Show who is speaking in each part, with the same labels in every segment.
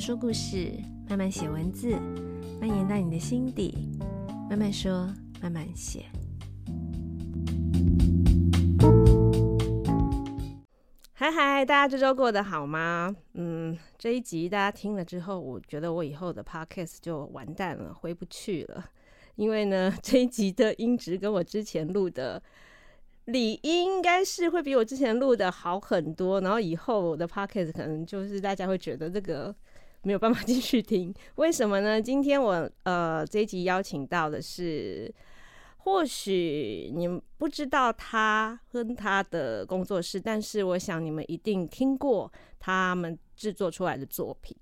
Speaker 1: 说故事，慢慢写文字，蔓延到你的心底。慢慢说，慢慢写。嗨嗨，大家这周过得好吗？嗯，这一集大家听了之后，我觉得我以后的 podcast 就完蛋了，回不去了。因为呢， 这一集的音质跟我之前录的理应应该是会比我之前录的好很多。然后以后我的 podcast 可能就是大家会觉得这个没有办法继续听， 为什么呢？今天我呃这一集邀请到的是。或许你们不知道他跟他的工作室，但是我想你们一定听过他们制作出来的作品。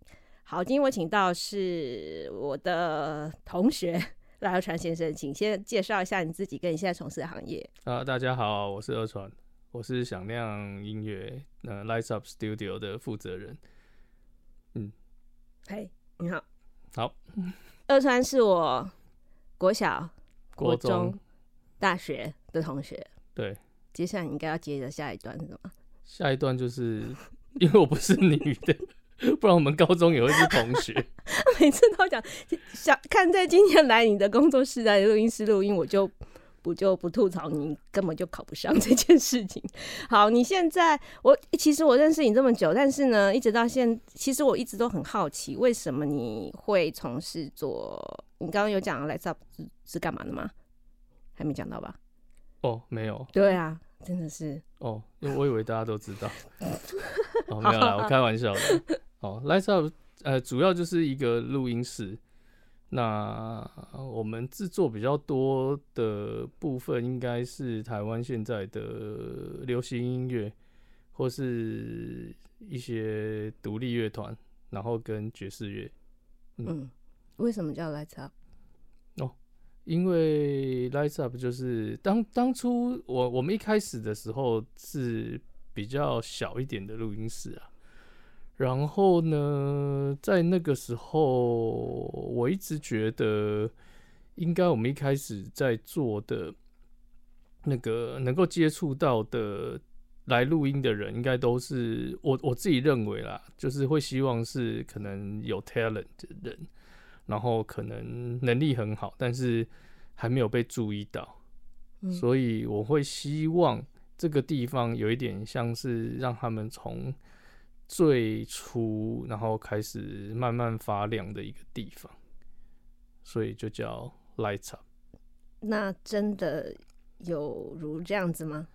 Speaker 1: 好，今天我请到是我的同学 赖耀传先生，请先介绍一下你自己跟你现在从事的行业。
Speaker 2: 啊，大家好，我是二传，我是响亮音乐呃 Lights Up Studio 的负责人。
Speaker 1: 嘿，你好，
Speaker 2: 好，
Speaker 1: 二川是我国小、
Speaker 2: 国
Speaker 1: 中、
Speaker 2: 中
Speaker 1: 大学的同学。
Speaker 2: 对，
Speaker 1: 接下来你应该要接着下一段是吗？
Speaker 2: 下一段就是 因为我不是女的， 不然我们高中也会是同学。
Speaker 1: 每次都讲想看在今天来你的工作室来录音室录音，我就我就不吐槽你根本就考不上这件事情。 好，你现在我其实我认识你这么久，但是呢，一直到现，其实我一直都很好奇，为什么你会从事做？你刚刚有讲 Let's Up 是是干嘛的吗？还没讲到吧？
Speaker 2: 哦，没有
Speaker 1: 对啊，真的是
Speaker 2: 哦，因为我以为大家都知道。哦，没有啦，我开玩笑的。哦，Lights Up 呃，主要就是一个录音室。那我们制作比较多的部分，应该是台湾现在的流行音乐，或是一些独立乐团，然后跟爵士乐。
Speaker 1: 嗯，为什么叫 Let's Up？
Speaker 2: 因为 Lights Up 就是当当初我我们一开始的时候是比较小一点的录音室啊，然后呢，在那个时候我一直觉得，应该我们一开始在做的那个能够接触到的来录音的人，应该都是我我自己认为啦，就是会希望是可能有 talent 的人。然后可能能力很好，但是还没有被注意到，
Speaker 1: 嗯
Speaker 2: 所以我会希望这个地方有一点像是让他们从最初，然后开始慢慢发亮的一个地方，所以就叫 Lights Up。
Speaker 1: 那真的有如这样子吗？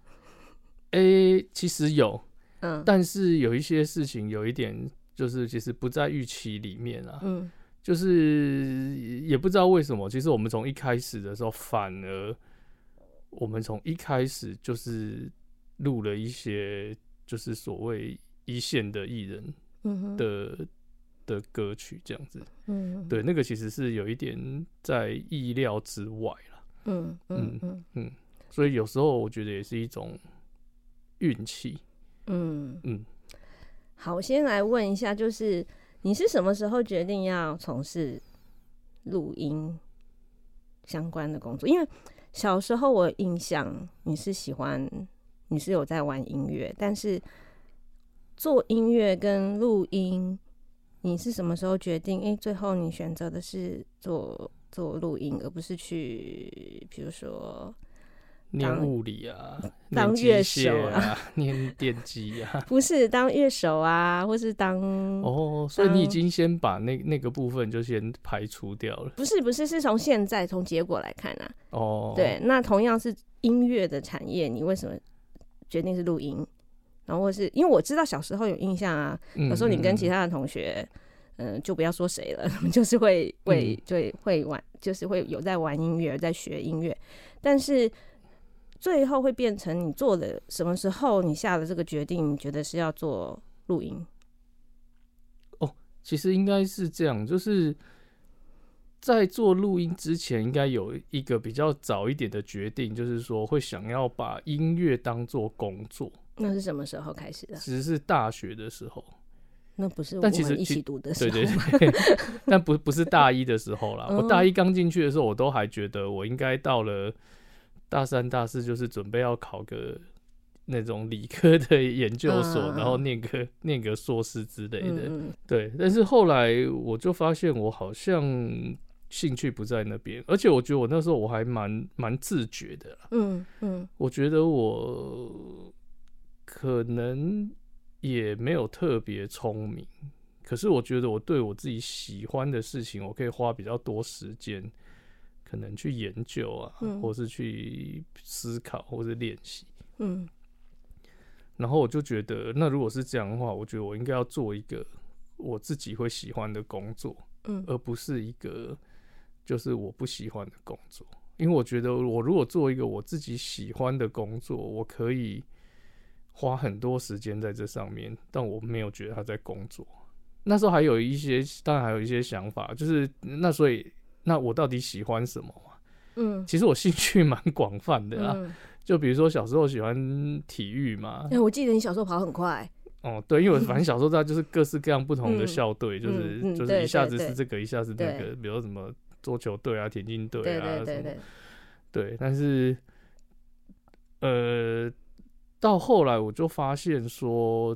Speaker 2: 诶、其实有，
Speaker 1: 嗯
Speaker 2: 但是有一些事情有一点就是其实不在预期里面啊，
Speaker 1: 嗯
Speaker 2: 就是也不知道为什么，其实我们从一开始的时候，反而我们从一开始就是录了一些就是所谓一线的艺人
Speaker 1: 嗯哼
Speaker 2: 的的歌曲这样子。
Speaker 1: 嗯嗯
Speaker 2: 对，那个其实是有一点在意料之外啦，
Speaker 1: 嗯嗯嗯
Speaker 2: 所以有时候我觉得也是一种运气。
Speaker 1: 嗯
Speaker 2: 嗯，
Speaker 1: 好，我先来问一下，就是你是什么时候决定要从事录音相关的工作？因为小时候我印象你是喜欢，你是有在玩音乐，但是做音乐跟录音，你是什么时候决定？诶，最后你选择的是做做录音，而不是去，比如说
Speaker 2: 念
Speaker 1: 当
Speaker 2: 物理啊，
Speaker 1: 当
Speaker 2: 念机
Speaker 1: 乐
Speaker 2: 械
Speaker 1: 手啊
Speaker 2: 啊，念电机 啊，
Speaker 1: 不是当乐手啊，或是当
Speaker 2: 哦，所以你已
Speaker 1: 当
Speaker 2: 经先把那那个部分就先排除掉了。
Speaker 1: 不是不是，是从现在从结果来看啊。
Speaker 2: 哦，
Speaker 1: 对，，那同样是音乐的产业，你为什么决定是录音？然后或是因为我知道小时候有印象啊，
Speaker 2: 嗯
Speaker 1: 有时候你跟其
Speaker 2: 他
Speaker 1: 他的同学，嗯、就不要说谁了，就是会会
Speaker 2: 嗯
Speaker 1: 对会玩，就是会有在玩音乐，在学音乐，但是最后会变成你做的什么时候你下了这个决定，你觉得是要做录音？
Speaker 2: 其实应该是这样，就是在做录音之前，应该有一个比较早一点的决定，就是说会想要把音乐当做工作，
Speaker 1: 那是什么时候开始的？
Speaker 2: 其实是大学的时 候。
Speaker 1: 那不是我
Speaker 2: 但其实
Speaker 1: 们一
Speaker 2: 其
Speaker 1: 起读的时
Speaker 2: 对
Speaker 1: 候
Speaker 2: 对
Speaker 1: 吗
Speaker 2: 对， 但不不是大一的时候啦。
Speaker 1: 嗯
Speaker 2: 我大一刚进去的时候，我都还觉得我应该到了大三、大四，就是准备要考个那种理科的研究所，
Speaker 1: 嗯
Speaker 2: 然后念个念个硕士之类的。
Speaker 1: 嗯嗯
Speaker 2: 对，但是后来我就发现我好像兴趣不在那边，而且我觉得我那时候我还蛮蛮自觉的啦，
Speaker 1: 嗯嗯
Speaker 2: 我觉得我可能也没有特别聪明，可是我觉得我对我自己喜欢的事情，我可以花比较多时间，可能去研究啊，
Speaker 1: 嗯
Speaker 2: 或是去思考，或是练习。
Speaker 1: 嗯
Speaker 2: 然后我就觉得，那如果是这样的话，我觉得我应该要做一个我自己会喜欢的工作，
Speaker 1: 嗯
Speaker 2: 而不是一个就是我不喜欢的工作。因为我觉得，我如果做一个我自己喜欢的工作，我可以花很多时间在这上面，但我没有觉得他在工作。那时候还有一些，当然还有一些想法，就是那所以，那我到底喜欢什么嘛？
Speaker 1: 嗯，
Speaker 2: 其实我兴趣 蛮广泛的啦，
Speaker 1: 嗯。
Speaker 2: 就比如说小时候喜欢体育嘛
Speaker 1: 哎、，我记得你小时候跑很快，
Speaker 2: 哦，对，因为我反正小时候大家就是各式各样不同的
Speaker 1: 嗯
Speaker 2: 校队，就是、
Speaker 1: 嗯嗯
Speaker 2: 就是
Speaker 1: 对
Speaker 2: 一下
Speaker 1: 对
Speaker 2: 子是
Speaker 1: 对
Speaker 2: 这个，一下子那
Speaker 1: 对
Speaker 2: 个，比如什么桌球队啊、田径队
Speaker 1: 对
Speaker 2: 啊
Speaker 1: 对
Speaker 2: 什
Speaker 1: 对
Speaker 2: 么，
Speaker 1: 对，
Speaker 2: 对。但是，呃，到后来我就发现说，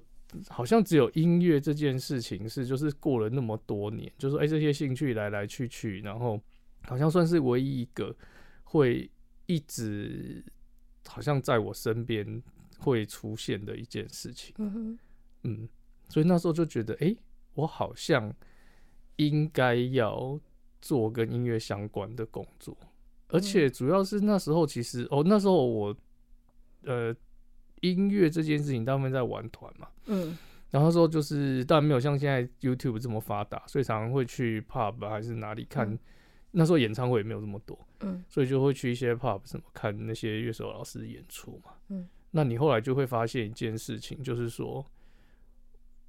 Speaker 2: 好像只有音乐这件事情是，就是过了那么多年，就是说哎、这些兴趣来来去去，然后好像算是唯一一个会一直好像在我身边会出现的一件事情。
Speaker 1: 嗯哼，
Speaker 2: 嗯，所以那时候就觉得，诶，我好像应该要做跟音乐相关的工作，而且主要是那时候其实，哦，那时候我，呃，音乐这件事情大部分在玩团嘛，
Speaker 1: 嗯
Speaker 2: 然后那时候就是，当然没有像现在 YouTube 这么发达，所以常常会去 pub 啊还是哪里看，
Speaker 1: 嗯
Speaker 2: 那时候演唱会也没有这么多，
Speaker 1: 嗯
Speaker 2: 所以就会去一些 pub 什么看那些乐手老师演出嘛。
Speaker 1: 嗯，
Speaker 2: 那你后来就会发现一件事情，就是说，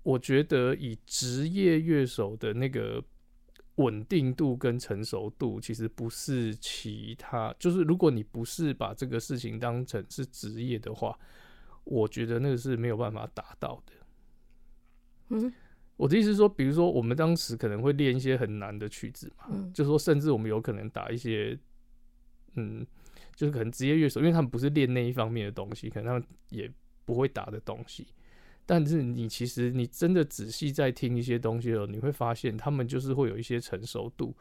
Speaker 2: 我觉得以职业乐手的那个稳定度跟成熟度，其实不是其他，就是如果你不是把这个事情当成是职业的话，我觉得那个是没有办法达到的。
Speaker 1: 嗯
Speaker 2: 我的意思是说，比如说我们当时可能会练一些很难的曲子嘛，
Speaker 1: 嗯
Speaker 2: 就是说，甚至我们有可能打一些，嗯，就是可能职业乐手，因为他们不是练那一方面的东西，可能他们也不会打的东西。但是你其实你真的仔细在听一些东西的时候，你会发现他们就是会有一些成熟度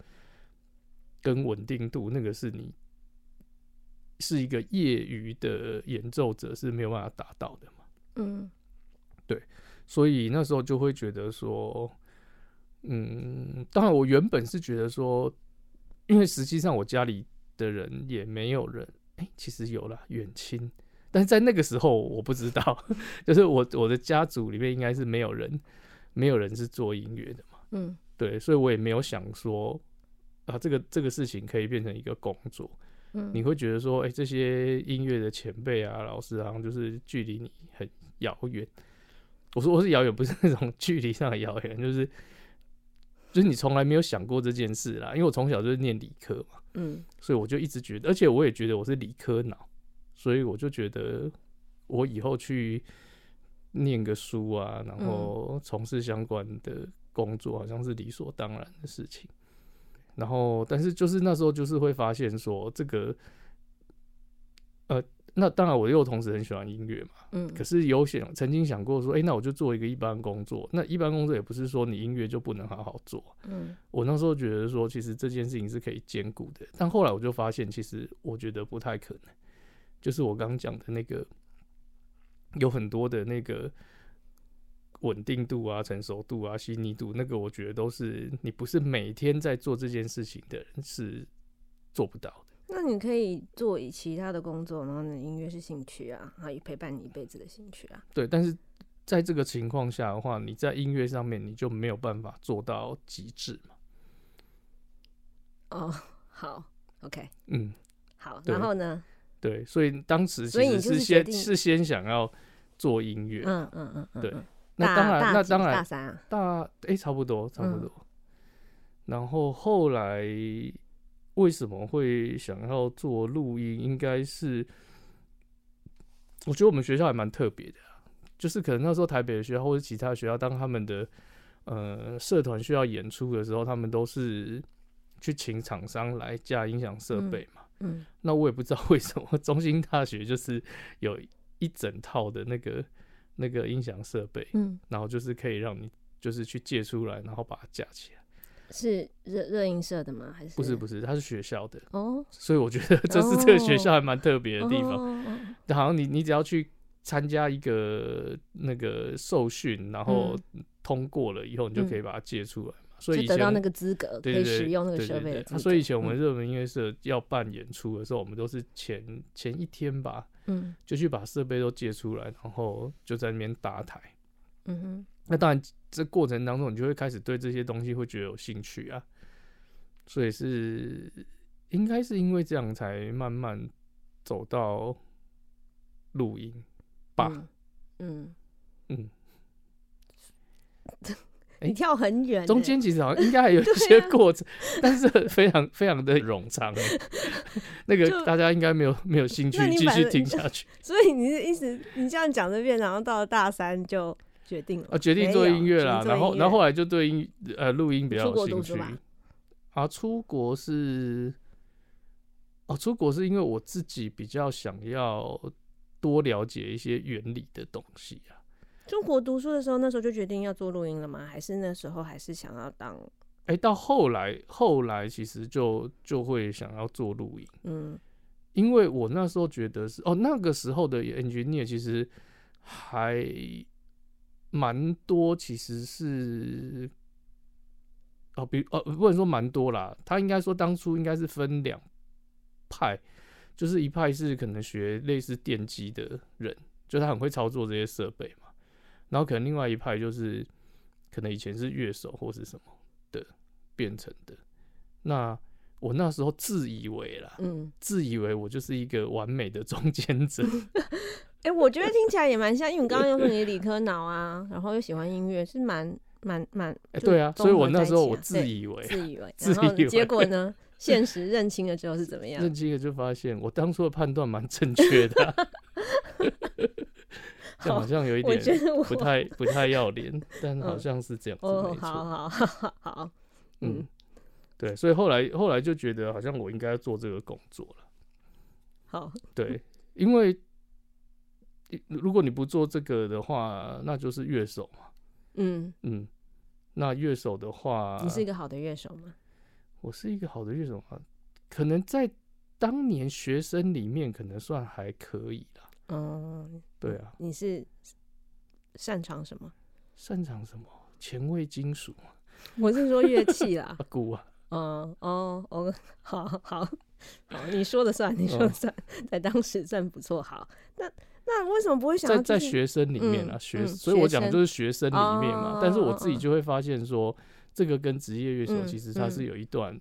Speaker 2: 跟稳定度，那个是你是一个业余的演奏者是没有办法达到的。
Speaker 1: 嗯
Speaker 2: 所以那时候就会觉得说，嗯，当然我原本是觉得说，因为实际上我家里的人也没有人，哎、其实有啦，远亲，但是在那个时候我不知道， 就是我我的家族里面应该是没有人，没有人是做音乐的嘛，
Speaker 1: 嗯
Speaker 2: 对，所以我也没有想说。啊，这个这个事情可以变成一个工作，
Speaker 1: 嗯，
Speaker 2: 你会觉得说，哎、这些音乐的前辈啊、老师好像就是距离你很遥远。我说我是遥远，不是那种 距离上的遥远，就是就是你从来没有想过这件事啦。因为我从小就是念理科嘛，
Speaker 1: 嗯
Speaker 2: 所以我就一直觉得，而且我也觉得我是理科脑，所以我就觉得我以后去念个书啊，然后从事相关的工作，好像是理所当然的事情。然后，但是就是那时候就是会发现说，这个，呃，那当然我又同时很喜欢音乐嘛，
Speaker 1: 嗯，
Speaker 2: 可是有想曾经想过说，哎、那我就做一个一般工作。那一般工作也不是说你音乐就不能好好做。啊
Speaker 1: 嗯
Speaker 2: 我那时候觉得说，其实这件事情是可以兼顾的，但后来我就发现，其实我觉得不太可能。就是我刚刚讲的那个，有很多的那个稳定度啊、成熟度啊、细腻度，那个我觉得都是你不是每天在做这件事情的人是做不到的。
Speaker 1: 那你可以做以其他的工作，然后你的音乐是兴趣啊，还有陪伴你一辈子的兴趣啊，
Speaker 2: 对，但是在这个情况下的话，你在音乐上面你就没有办法做到极致嘛。
Speaker 1: 哦， 好，OK，
Speaker 2: 嗯，
Speaker 1: 好，
Speaker 2: 对
Speaker 1: 然后呢，
Speaker 2: 对，所以当时
Speaker 1: 所
Speaker 2: 其
Speaker 1: 以你就
Speaker 2: 实
Speaker 1: 是是
Speaker 2: 先
Speaker 1: 决定
Speaker 2: 是先想要做音乐，
Speaker 1: 嗯嗯嗯嗯，
Speaker 2: 对
Speaker 1: 嗯
Speaker 2: 那当
Speaker 1: 大
Speaker 2: 然
Speaker 1: 大
Speaker 2: 那
Speaker 1: 几
Speaker 2: 当然
Speaker 1: 大三啊，
Speaker 2: 大哎、差不多差不
Speaker 1: 嗯
Speaker 2: 多。然后后来为什么会想要做录音？应该是我觉得我们学校还蛮特别的啊、就是可能那时候台北的学校或者其他学校，当他们的呃社团需要演出的时候，他们都是去请厂商来架音响设
Speaker 1: 嗯
Speaker 2: 备嘛。
Speaker 1: 嗯
Speaker 2: 那我也不知道为什么中兴大学就是有一整套的那个那个音响设备，
Speaker 1: 嗯，
Speaker 2: 然后就是可以让你就是去借出来，然后把它架起来。
Speaker 1: 是热热映社的吗？还是
Speaker 2: 不是
Speaker 1: 是
Speaker 2: 不是，它是学校的，
Speaker 1: 哦，
Speaker 2: 所以我觉得这是这个学
Speaker 1: 哦
Speaker 2: 校还蛮特别的地方。
Speaker 1: 哦哦
Speaker 2: 好像你你只要去参加一个那个受训，然后通过了以后，你就可以把它借出来嘛。所以以
Speaker 1: 嗯就得
Speaker 2: 前
Speaker 1: 到那个资格，可
Speaker 2: 对对
Speaker 1: 以
Speaker 2: 对
Speaker 1: 使用那个
Speaker 2: 对对
Speaker 1: 设备
Speaker 2: 对
Speaker 1: 的资格。
Speaker 2: 啊所以以前我
Speaker 1: 嗯
Speaker 2: 们热门音乐社要办演出的时候，我们都是前前一天吧，
Speaker 1: 嗯
Speaker 2: 就去把设备都借出来，然后就在那边搭台。
Speaker 1: 嗯哼，
Speaker 2: 那当然，这过程当中你就会开始对这些东西会觉得有兴趣啊，所以是应该是因为这样才慢慢走到录音吧。
Speaker 1: 嗯，
Speaker 2: 嗯，
Speaker 1: 你跳很远欸，
Speaker 2: 中间其实好像应 该还有一
Speaker 1: 啊
Speaker 2: 些过程， 但是非常非常的冗长 欸。那
Speaker 1: 就
Speaker 2: 个大家应该没有没有兴趣
Speaker 1: 那你
Speaker 2: 继
Speaker 1: 反
Speaker 2: 续
Speaker 1: 正
Speaker 2: 听下去
Speaker 1: 所以你是一直你这样讲这边，然后到了大三就决定了
Speaker 2: 啊，决定
Speaker 1: 没
Speaker 2: 做
Speaker 1: 有
Speaker 2: 音乐
Speaker 1: 决定
Speaker 2: 啦。
Speaker 1: 做
Speaker 2: 然后
Speaker 1: 音
Speaker 2: 然后
Speaker 1: 乐
Speaker 2: 后来就对音呃录音比较
Speaker 1: 出国
Speaker 2: 有
Speaker 1: 读
Speaker 2: 兴
Speaker 1: 书
Speaker 2: 趣
Speaker 1: 吧
Speaker 2: 啊。出国是哦，出国是因为我自己比较想要多了解一些原理的东西啊。
Speaker 1: 中国读书的时候，那时候就决定要做录音了吗？还是那时候还是想要当
Speaker 2: 哎、到后来后来其实就就会想要做录音。
Speaker 1: 嗯
Speaker 2: 因为我那时候觉得是哦，那个时候的 engineer 其实还蛮多，其实是哦，比哦不能说蛮多啦，他应该说当初应该是分两派，就是一派是可能学类似电机的人，就他很会操作这些设备嘛，然后可能另外一派就是可能以前是乐手或是什么的变成的，那我那时候自以为啦，
Speaker 1: 嗯？
Speaker 2: 自以为我就是一个完美的中 间者，
Speaker 1: 哎、我觉得听起来也蛮像，因为你刚刚又说你理科脑 啊，然后又喜欢音乐，是蛮蛮蛮
Speaker 2: 哎
Speaker 1: 就
Speaker 2: 对啊，
Speaker 1: 综
Speaker 2: 所以
Speaker 1: 合
Speaker 2: 我
Speaker 1: 在
Speaker 2: 那
Speaker 1: 一
Speaker 2: 时候
Speaker 1: 起
Speaker 2: 我
Speaker 1: 啊
Speaker 2: 自
Speaker 1: 对
Speaker 2: 以为，
Speaker 1: 自以为，
Speaker 2: 自
Speaker 1: 然后
Speaker 2: 以为
Speaker 1: 结果呢？现实认清了之后是怎么样？
Speaker 2: 认清了就发现我当初的判断蛮正确的啊、 这样
Speaker 1: 好
Speaker 2: 好像有一
Speaker 1: 我觉
Speaker 2: 点
Speaker 1: 得我
Speaker 2: 不太不太要脸，但好
Speaker 1: 嗯
Speaker 2: 像是这样子
Speaker 1: 哦
Speaker 2: 没，
Speaker 1: 好
Speaker 2: 错，
Speaker 1: 好好好 好，嗯
Speaker 2: 嗯，对，所以后来后来就觉得好像我应该要做这个工作了，
Speaker 1: 好，
Speaker 2: 对，因为如果你不做这个的话，那就是乐手嘛，
Speaker 1: 嗯，
Speaker 2: 嗯，那乐手的话，
Speaker 1: 你是一个好的啊乐手吗？
Speaker 2: 我是一个好的乐手吗？可能在当年学生里面，可能算还可以啦。
Speaker 1: 嗯，
Speaker 2: 对啊，
Speaker 1: 你是擅长什么？
Speaker 2: 擅长什么？前卫金属嘛
Speaker 1: 我是说乐器啦
Speaker 2: 啊，，鼓啊，
Speaker 1: 嗯，哦，哦，好好好，你说了算，你说了算，在当时算不错。好，那那为什么不会想
Speaker 2: 在
Speaker 1: 要继
Speaker 2: 在
Speaker 1: 续
Speaker 2: 学生里面啊，
Speaker 1: 嗯
Speaker 2: 学，
Speaker 1: 嗯
Speaker 2: 所以我讲
Speaker 1: 学生
Speaker 2: 就是学生里面嘛。
Speaker 1: 哦
Speaker 2: 但是我自己
Speaker 1: 哦
Speaker 2: 就会发现说，这个跟职业乐手
Speaker 1: 嗯
Speaker 2: 其实它
Speaker 1: 嗯
Speaker 2: 是有一段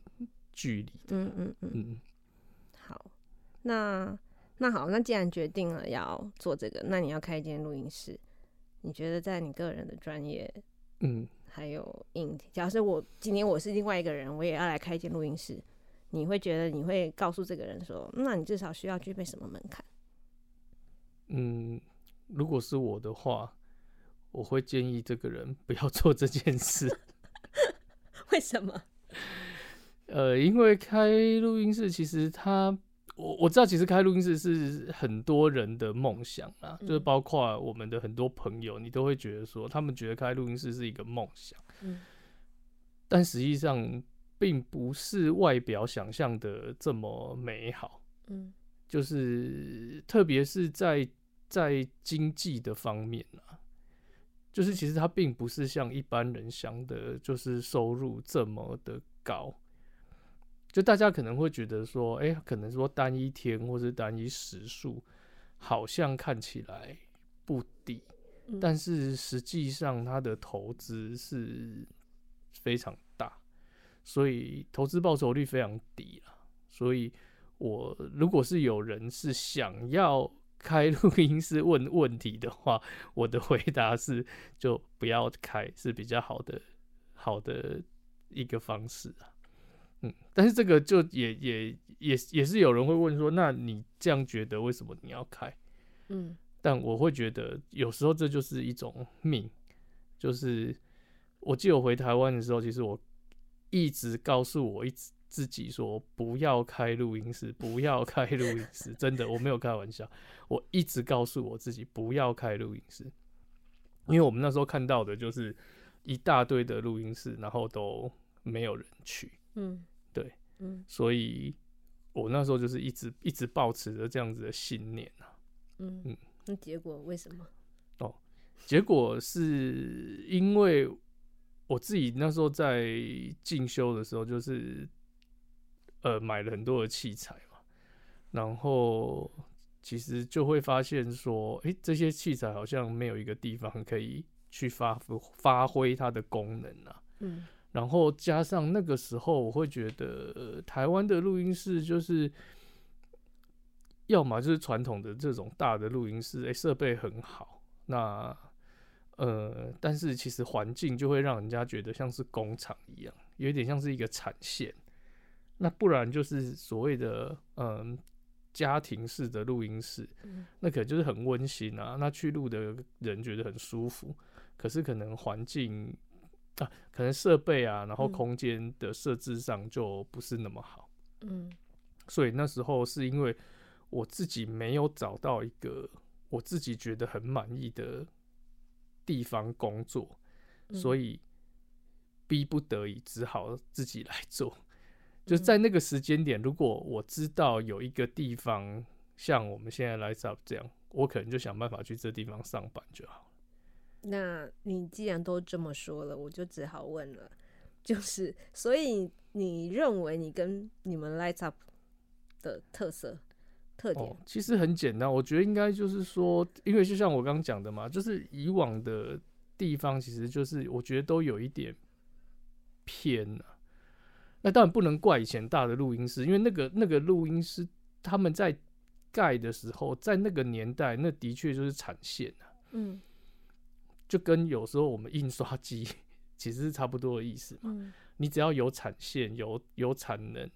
Speaker 2: 距离的。
Speaker 1: 嗯嗯嗯，
Speaker 2: 嗯，
Speaker 1: 好，那那好，那既然决定了要做这个，那你要开一间录音室，你觉得在你个人的专业
Speaker 2: 嗯，
Speaker 1: 还有硬体，假设我今天我是另外一个人，我也要来开一间录音室，你会觉得你会告诉这个人说，那你至少需要具备什么门槛？
Speaker 2: 嗯，如果是我的话，我会建议这个人不要做这件事。
Speaker 1: 为什么？
Speaker 2: 呃，因为开录音室，其实他我我知道，其实开录音室是很多人的梦想啊，就是
Speaker 1: 嗯
Speaker 2: 包括我们的很多朋友，你都会觉得说，他们觉得开录音室是一个梦想，
Speaker 1: 嗯
Speaker 2: 但实际上并不是外表想象的这么美好，
Speaker 1: 嗯
Speaker 2: 就是特别是在在经济的方面啊。就是其实它并不是像一般人想的，就是收入这么的高。就大家可能会觉得说，哎、可能说单一天或是单一时数，好像看起来不低，
Speaker 1: 嗯
Speaker 2: 但是实际上它的投资是非常大，所以投资报酬率非常低啦。所以我如果是有人是想要 开录音室问问题的话，我的回答是就不要开是比较好的好的一个方式啊。嗯，但是这个就也也也也是有人会问说，那你这样觉得为什么你要开？
Speaker 1: 嗯
Speaker 2: 但我会觉得有时候这就是一种命，就是我记得我回台湾的时候，其实我一直告诉我一直自己说不要开录音室，不要开录音室，真的我没有开玩笑，我一直告诉我自己不要开录音室，因为我们那时候看到的就是一大堆的录音室，然后都没有人去，
Speaker 1: 嗯，
Speaker 2: 对，
Speaker 1: 嗯
Speaker 2: 所以我那时候就是一直一直保持着这样子的信念啊。
Speaker 1: 嗯
Speaker 2: 嗯，
Speaker 1: 那结果为什么？
Speaker 2: 结果是因为我自己那时候在进修的时候，就是呃买了很多的器材嘛，然后其实就会发现说，诶、这些器材好像没有一个地方可以去发挥发挥它的功能啊。
Speaker 1: 嗯
Speaker 2: 然后加上那个时候，我会觉得、呃台湾的录音室就是，要么就是传统的这种大的录音室，诶，设备很好，那呃，但是其实环境就会让人家觉得像是工厂一样，有点像是一个产线。那不然就是所谓的嗯、家庭式的录音室，
Speaker 1: 嗯
Speaker 2: 那可能就是很温馨啊，那去录的人觉得很舒服，可是可能环境啊，可能设备啊，然后
Speaker 1: 嗯
Speaker 2: 空间的设置上就不是那么好，
Speaker 1: 嗯
Speaker 2: 所以那时候是因为我自己没有找到一个我自己觉得很满意的地方工作，
Speaker 1: 嗯
Speaker 2: 所以逼不得已只好自己来做。就在那个时间点，如果我知道有一个地方像我们现在 Lights Up 这样，我可能就想办法去这地方上班就好。
Speaker 1: 那你既然都这么说了，我就只好问了， 就是所以你认为你跟你们 Lights Up 的特色特点，
Speaker 2: 哦，其实很简单，我觉得应该就是说，因为就像我刚刚讲的嘛，就是以往的地方，其实就是我觉得都有一点偏啊。那当然不能怪以前大的录音室，因为那个那个录音室他们在盖的时候，在那个年代，那的确就是产线啊，
Speaker 1: 嗯
Speaker 2: 就跟有时候我们印刷机 其实是差不多的意思嘛。
Speaker 1: 嗯
Speaker 2: 你只要有产线、有有产能，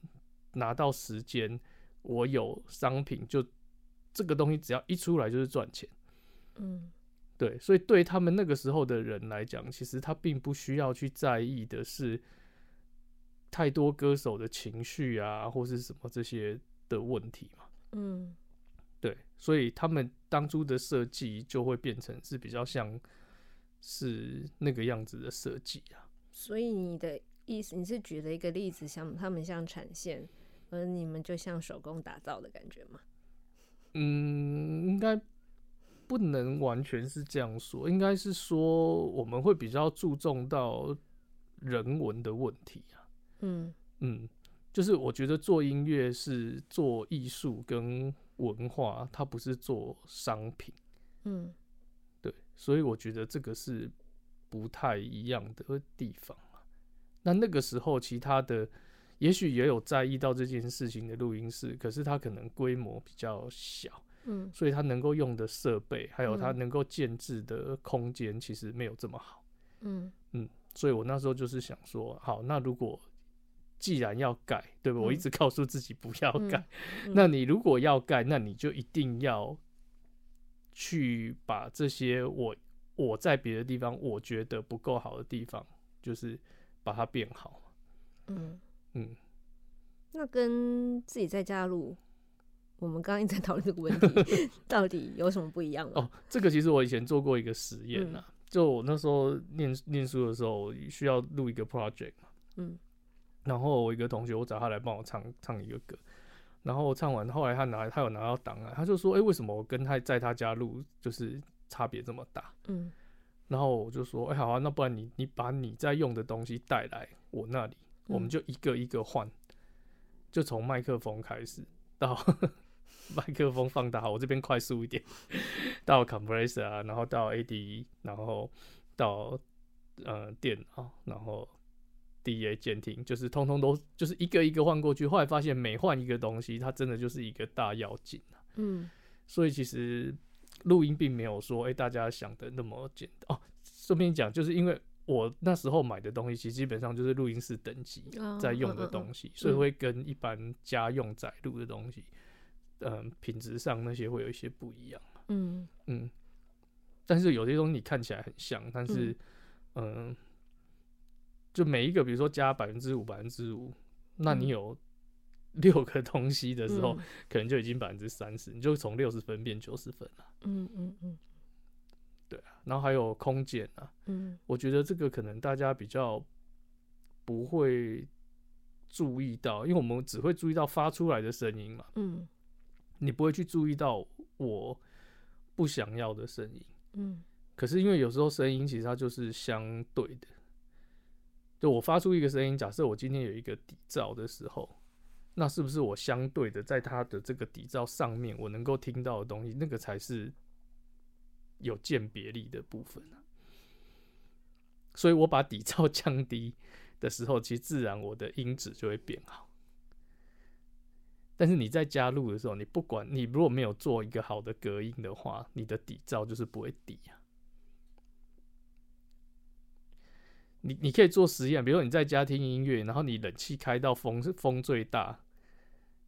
Speaker 2: 拿到时间，我有商品，就这个东西只要一出来就是赚钱。
Speaker 1: 嗯
Speaker 2: 对，所以对他们那个时候的人来讲，其实他并不需要去在意的是太多歌手的情绪啊，或是什么这些的问题嘛。
Speaker 1: 嗯
Speaker 2: 对，所以他们当初的设计就会变成是比较像是那个样子的设计啊。
Speaker 1: 所以你的意思，你是举了一个例子，像他们像产线，而你们就像手工打造的感觉吗？
Speaker 2: 嗯，应该不能完全是这样说，应该是说我们会比较注重到人文的问题啊。
Speaker 1: 嗯
Speaker 2: 嗯，就是我觉得做音乐是做艺术跟文化，它不是做商品。
Speaker 1: 嗯
Speaker 2: 对，所以我觉得这个是不太一样的地方啊那那个时候，其他的也许也有在意到这件事情的录音室，可是它可能规模比较小。
Speaker 1: 嗯
Speaker 2: 所以它能够用的设备，还有它
Speaker 1: 嗯
Speaker 2: 能够建制的空间，其实没有这么好。
Speaker 1: 嗯
Speaker 2: 所以我那时候就是想说，好，那如果既然要盖，对吧？我一
Speaker 1: 嗯
Speaker 2: 直告诉自己不要
Speaker 1: 嗯
Speaker 2: 盖。
Speaker 1: 嗯
Speaker 2: 那你如果要盖，那你就一定要去把这些我我在别的地方我觉得不够好的地方，就是把它变好。
Speaker 1: 嗯
Speaker 2: 嗯，
Speaker 1: 那跟自己在家录，我们刚刚一直在讨论这个问题，到底有什么不一样吗？
Speaker 2: 哦，这个其实我以前做过一个实验
Speaker 1: 嗯
Speaker 2: 啊，就我那时候念念书的时候需要录一个 project。
Speaker 1: 嗯
Speaker 2: 然后我一个同学，我找他来帮我唱唱一个歌，然后唱完，后来他拿他有拿到档案，他就说，哎、为什么我跟他在他家录就是差别这么大？
Speaker 1: 嗯
Speaker 2: 然后我就说，哎、好啊，那不然你你把你在用的东西带来我那里，我
Speaker 1: 嗯
Speaker 2: 们就一个一个换，就从麦克风开始到 麦克风放大，好我这边快速一点， 到 compressor 啊，然后到 ADE，然后到呃电脑，然后 DA 监听，就是通通都就是一个一个换过去。后来发现每换一个东西，它真的就是一个大要紧啊
Speaker 1: 嗯
Speaker 2: 所以其实录音并没有说，哎、大家想的那么简单哦。顺便讲，就是因为我那时候买的东西，其实基本上就是录音室等级
Speaker 1: 哦
Speaker 2: 在用
Speaker 1: 嗯
Speaker 2: 的
Speaker 1: 嗯嗯
Speaker 2: 东西，所以
Speaker 1: 嗯
Speaker 2: 会跟一般家用载录的东西，嗯，品质上那些会有一些不一样。
Speaker 1: 嗯
Speaker 2: 嗯，但是有些东西你看起来很像，但呃是嗯、就每一个，比如说加百分之五、百分之五，那你
Speaker 1: 嗯
Speaker 2: 有 六个东西的时候，
Speaker 1: 嗯
Speaker 2: 可能就已经百分之三十，你就从六十分变九十分了。
Speaker 1: 嗯嗯嗯
Speaker 2: 然后还有空间啊，
Speaker 1: 嗯
Speaker 2: 我觉得这个可能大家比较不会注意到，因为我们只会注意到发出来的声音嘛，
Speaker 1: 嗯
Speaker 2: 你不会去注意到我不想要的声音。
Speaker 1: 嗯
Speaker 2: 可是因为有时候声音其实它就是相对的，就我发出一个声音，假设我今天有一个底噪的时候，那是不是我相对的在它的这个底噪上面，我能够听到的东西，那个才是有鉴别力的部分啊。所以我把底噪降低的时候，其实自然我的音质就会变好。但是你在加入的时候，你不管你如果没有做一个好的隔音的话，你的底噪就是不会低啊。你你可以做实验，比如说你在家听音乐，然后你冷气开到风风最大，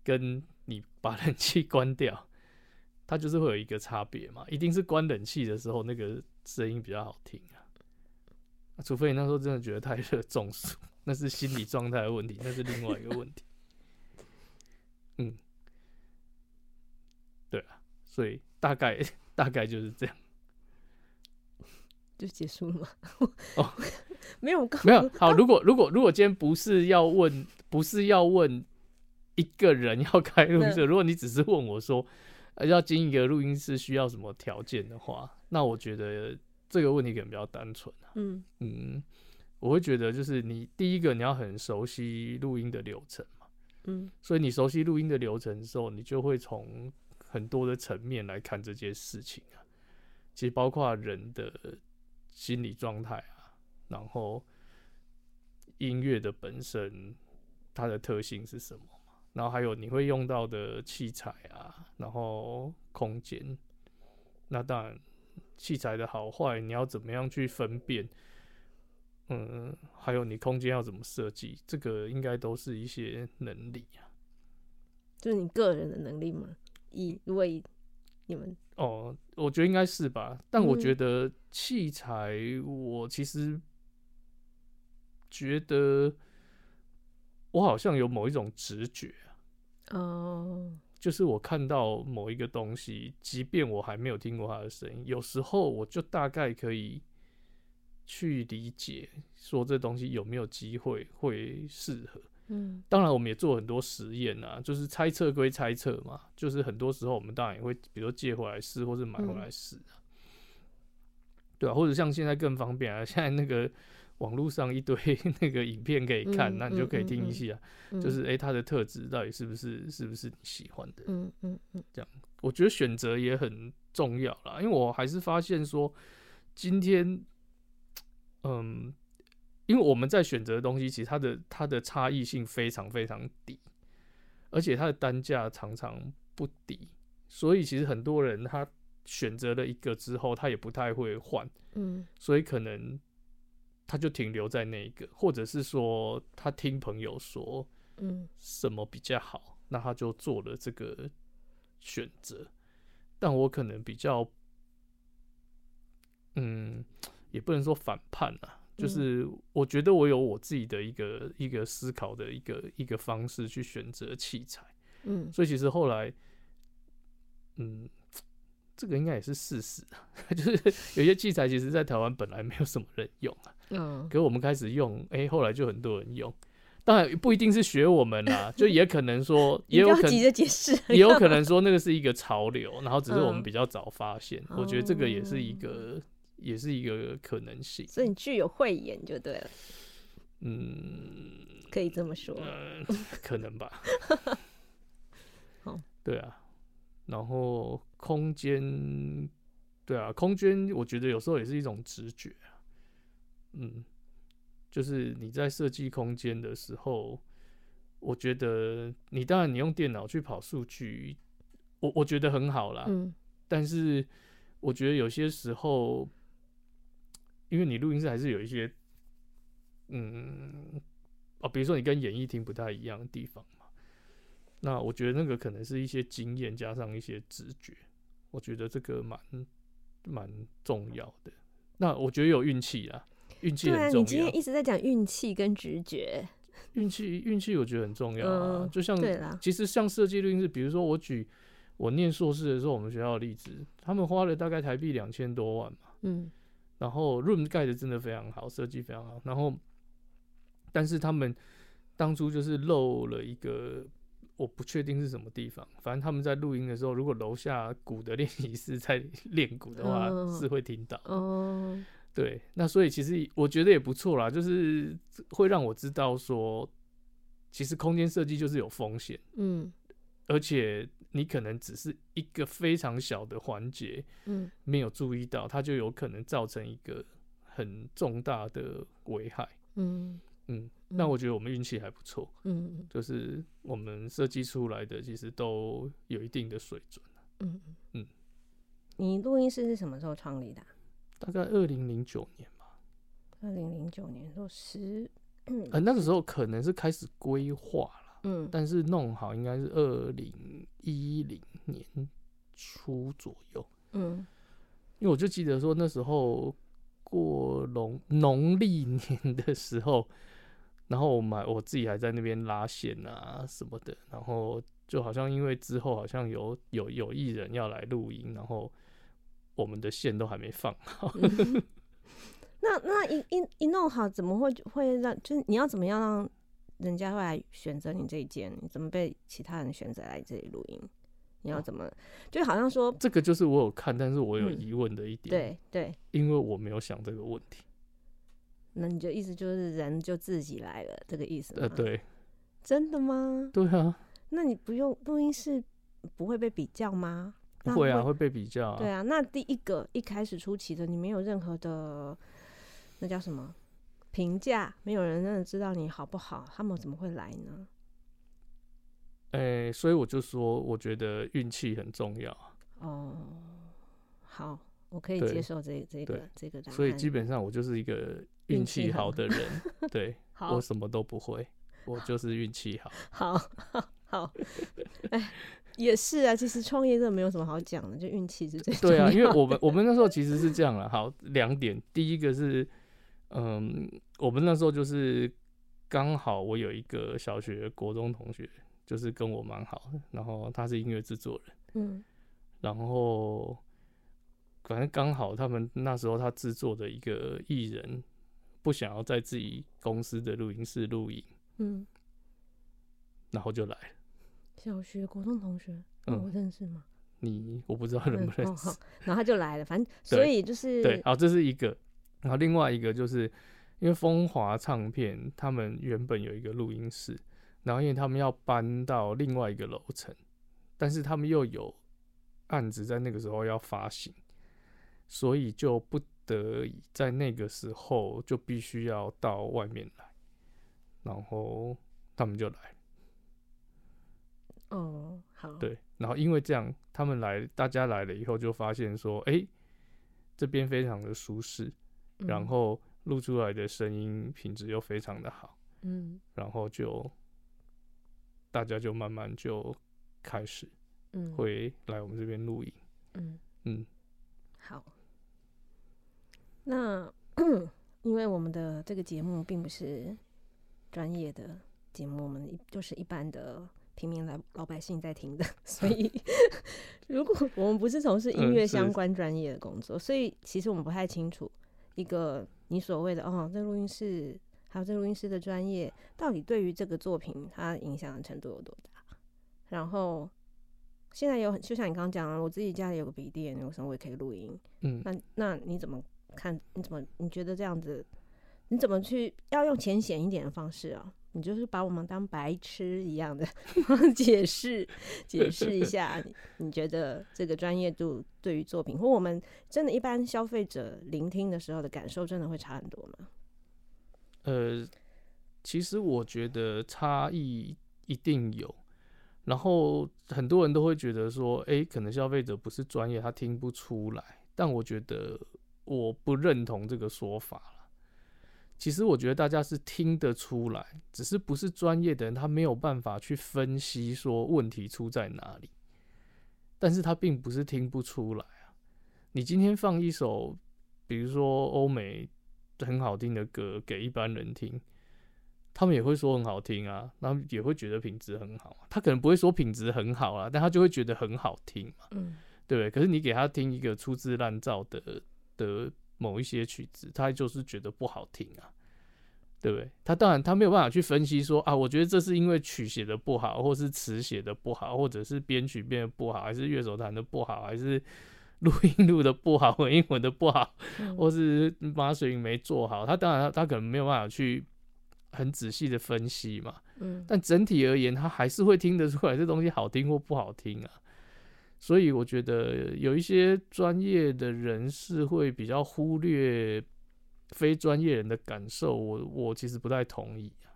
Speaker 2: 跟你把冷气 关掉，它就是会有一个差别嘛。一定是关冷气的时候那个声音比较好听啊，除非你那时候真的觉得太热中暑，那是心理状态的问题，那是另外一个问题。嗯，对啊，所以大概 大概就是这样。
Speaker 1: 就结束了吗？
Speaker 2: 哦，
Speaker 1: 没有，我刚
Speaker 2: 没有好，如果如果如果今天不是要问，不是要问一个人要开录音室，如果你只是问我说呃要经营一个录音室需要什么条件的话，那我觉得这个问题可能比较单纯啊。
Speaker 1: 嗯
Speaker 2: 嗯，我会觉得就是你第一个你要很熟悉录音的流程嘛，
Speaker 1: 嗯
Speaker 2: 所以你熟悉录音的流程的时候，你就会从很多的层面来看这件事情啊。其实包括人的心理状态啊，然后音乐的本身它的特性是什么嘛，然后还有你会用到的器材啊，然后空间，那当然器材的好坏你要怎么样去分辨，嗯，还有你空间要怎么设计，这个应该都是一些能力啊。
Speaker 1: 就是你个人的能力嘛。以如果以你们
Speaker 2: 哦，我觉得应该是吧，但我
Speaker 1: 嗯
Speaker 2: 觉得器材，我其实觉得我好像有某一种直觉，
Speaker 1: 哦，
Speaker 2: 就是我看到某一个东西，即便我还没有听过它的声音，有时候我就大概可以去理解，说这东西有没有机会会适合。
Speaker 1: 嗯
Speaker 2: 当然，我们也做很多实验啊，就是猜测归猜测嘛，就是很多时候我们当然也会，比如说借回来试，或是买回来
Speaker 1: 嗯
Speaker 2: 试啊，对啊，或者像现在更方便啊，现在那个网络上一堆 那个影片可以看，
Speaker 1: 嗯
Speaker 2: 那你就可以
Speaker 1: 嗯
Speaker 2: 听
Speaker 1: 嗯
Speaker 2: 一下，啊
Speaker 1: 嗯，
Speaker 2: 就是诶，它的特质到底是不是是不是你喜欢的？
Speaker 1: 嗯嗯嗯
Speaker 2: 我觉得选择也很重要啦，因为我还是发现说，今天，嗯，因为我们在选择的东西，其实它的它的差异性非常非常低，而且它的单价常常不低，所以其实很多人他选择了一个之后，他也不太会换，
Speaker 1: 嗯
Speaker 2: 所以可能他就停留在那一个，或者是说他听朋友说，
Speaker 1: 嗯
Speaker 2: 什么比较好，那他就做了这个选择。但我可能比较，嗯，也不能说反叛啊，就是我觉得我有我自己的一个一个思考的一个一个方式去选择器材，
Speaker 1: 嗯
Speaker 2: 所以其实后来，嗯。这个应该也是事实啊， 就是有些器材其实在台湾本来没有什么人用啊，
Speaker 1: 嗯
Speaker 2: 可是我们开始用，哎、后来就很多人用。当然不一定是学我 们啦，就也可能说，也
Speaker 1: 你不
Speaker 2: 有
Speaker 1: 要
Speaker 2: 可
Speaker 1: 急
Speaker 2: 能，
Speaker 1: 着解释， 啊
Speaker 2: 也有可能说那个是一个潮流，然后只是我们
Speaker 1: 嗯
Speaker 2: 比较早发现。我觉得这个也是一个，也是一个可能 性。
Speaker 1: 所以你具有慧眼就对了，
Speaker 2: 嗯，
Speaker 1: 可以这么说。
Speaker 2: 呃 可能吧。
Speaker 1: 好
Speaker 2: 对啊，然后空间，对啊，空间，我觉得有时候也是一种直觉啊，嗯，就是你在设计空间的时候，我觉得你当然你用电脑去跑数据，我我觉得很好啦，
Speaker 1: 嗯
Speaker 2: 但是我觉得有些时候，因为你录音室还是有一些，嗯，哦，比如说你跟演艺厅不太一样的地方嘛，那我觉得那个可能是一些经验加上一些直觉，我觉得这个蛮蛮重要的。那我觉得有运气啦，运气
Speaker 1: 对啊，
Speaker 2: 很
Speaker 1: 你
Speaker 2: 重
Speaker 1: 今
Speaker 2: 要
Speaker 1: 天。一直在讲运气跟直觉，
Speaker 2: 运气运气我觉得很重要啊。
Speaker 1: 嗯
Speaker 2: 就像
Speaker 1: 对啦，
Speaker 2: 其实像设计录音室，比如说我举我念硕士的时候，我们学校的例子，他们花了大概台币两千多万嘛，
Speaker 1: 嗯
Speaker 2: 然后 room 盖的真的非常好，设计非常好，然后但是他们当初就是漏了一个。我不确定是什么地方，反正他们在录音的时候，如果楼下鼓的练习室在练鼓的话，
Speaker 1: 嗯
Speaker 2: 是会听到。
Speaker 1: 哦，
Speaker 2: 对，那所以其实我觉得也不错啦，就是会让我知道说，其实空间设计就是有风险，
Speaker 1: 嗯
Speaker 2: 而且你可能只是一个非常小的环节
Speaker 1: 嗯
Speaker 2: 没有注意到，它就有可能造成一个很重大的危害。
Speaker 1: 嗯，
Speaker 2: 嗯，
Speaker 1: 嗯
Speaker 2: 那我觉得我们运气还不错，
Speaker 1: 嗯
Speaker 2: 就是我们设计出来的其实都有一定的水准，
Speaker 1: 嗯嗯
Speaker 2: 嗯，
Speaker 1: 你录音室是什么时候创立的啊？
Speaker 2: 大概二零零九年吧，
Speaker 1: 二零零九年，都十，
Speaker 2: 呃，那个时候可能是开始规划了。
Speaker 1: 嗯
Speaker 2: 但是弄好应该是二零一零年初左右，
Speaker 1: 嗯
Speaker 2: 因为我就记得说那时候过农农历年的时候，然后我买我自己还在那边拉线啊什么的，然后就好像因为之后好像有有有艺人要来录音，然后我们的线都还没放好，
Speaker 1: 嗯那那一一一弄好，怎么会会让？就是你要怎么样让人家会来选择你这一间？你怎么被其他人选择来这里录音？你
Speaker 2: 哦
Speaker 1: 要怎么？就好像说，
Speaker 2: 这个就是我有看，但是我有
Speaker 1: 嗯
Speaker 2: 疑问的一点，，
Speaker 1: 对对，
Speaker 2: 因为我没有想这个问题，
Speaker 1: 那你就意思就是人就自己来了，这个意思吗？
Speaker 2: 呃，，对
Speaker 1: 真的吗？
Speaker 2: 对啊，
Speaker 1: 那你不用录音室不会被比较吗？那
Speaker 2: 会啊，会被比较
Speaker 1: 对啊，那第一个一开始初期的你没有任何的那叫什么评价，没有人真的知道你好不好，他们怎么会来呢？
Speaker 2: 诶、所以我就说，我觉得运气很重要，
Speaker 1: 哦，好，我可以
Speaker 2: 对
Speaker 1: 接受这这个
Speaker 2: 对
Speaker 1: 这个答案。
Speaker 2: 所以基本上我就是一个
Speaker 1: 运
Speaker 2: 运
Speaker 1: 气
Speaker 2: 气
Speaker 1: 好
Speaker 2: 好的人。对
Speaker 1: 好
Speaker 2: 我什么都不会，我就是运气好。
Speaker 1: 好好，哎，也是啊。其实创业真的没有什么好讲的，就运气是最
Speaker 2: 对啊，
Speaker 1: 重
Speaker 2: 因为
Speaker 1: 要
Speaker 2: 我们我们那时候其实是这样了。好，两点，第一个是，嗯，我们那时候就是刚好我有一个小学国中同学，就是跟我蛮好的，然后他是音乐制作人。
Speaker 1: 嗯
Speaker 2: 然后反正刚好他们那时候他制作的一个艺人不想要在自己公司的录音室录音，
Speaker 1: 嗯，
Speaker 2: 然后就来了
Speaker 1: 小学国中同学，那
Speaker 2: 嗯
Speaker 1: 我认识吗？
Speaker 2: 你我不知道认不
Speaker 1: 嗯
Speaker 2: 认
Speaker 1: 哦
Speaker 2: 识。
Speaker 1: 好，然后他就来了，反正所以就是
Speaker 2: 对，好，这是一个。然后另外一个就是因为风华唱片他们原本有一个录音室，然后因为他们要搬到另外一个楼层，但是他们又有案子在那个时候要发行，所以就不得已在那个时候就必须要到外面来，然后他们就来，
Speaker 1: 哦好，
Speaker 2: 对，然后因为这样他们来，大家来了以后就发现说，哎、这边非常的舒适，
Speaker 1: 嗯，
Speaker 2: 然后录出来的声音品质又非常的好，
Speaker 1: 嗯
Speaker 2: 然后就大家就慢慢就开始
Speaker 1: 嗯
Speaker 2: 会来我们这边录音。
Speaker 1: 嗯
Speaker 2: 嗯，
Speaker 1: 好，那 因为我们的这个节目并不是专业的节目，我们一就是一般的平民老老百姓在听的， 所以如果我们不是从事音
Speaker 2: 嗯
Speaker 1: 乐
Speaker 2: 是
Speaker 1: 相关专业的工作，所以其实我们不太清楚一个你所谓的哦，这录音室还有这录音师的专业到底对于这个作品它影响的程度有多大，然后。现在有很，就像你刚刚讲了，我自己家里有个笔电，有时候我也可以录音。
Speaker 2: 嗯，
Speaker 1: 那那你怎么看？你怎么你觉得这样子？你怎么去要用浅显一点的方式啊？你就是把我们当白痴一样的 解释解释一下你，你觉得这个专业度对于作品或我们真的一般消费者聆听的时候的感受，真的会差很多吗？
Speaker 2: 呃，其实我觉得差异一定有。然后很多人都会觉得说，哎，可能消费者不是专业，他听不出来。但我觉得我不认同这个说法了。其实我觉得大家是听得出来，只是不是专业的人，他没有办法去分析说问题出在哪里。但是他并不是听不出来啊。你今天放一首，比如说欧美很好听的歌给一般人听，他们也会说很好听啊，然后也会觉得品质很好啊。他可能不会说品质很好啊，但他就会觉得很好听嘛，
Speaker 1: 嗯，
Speaker 2: 对不对？可是你给他听一个粗制滥造的的某一些曲子，他就是觉得不好听啊，对不对？他当然他没有办法去分析说啊，我觉得这是因为曲写的不好，或是词写的不好，或者是编曲编的不好，还是乐手弹的不好，还是录音录的不好，混音混的不好，
Speaker 1: 嗯
Speaker 2: 或是马水没做好，他当然他可能没有办法去很仔细的分析嘛，
Speaker 1: 嗯
Speaker 2: 但整体而言，他还是会听得出来这东西好听或不好听啊。所以我觉得有一些专业的人士会比较忽略非专业人的感受，我我其实不太同意啊、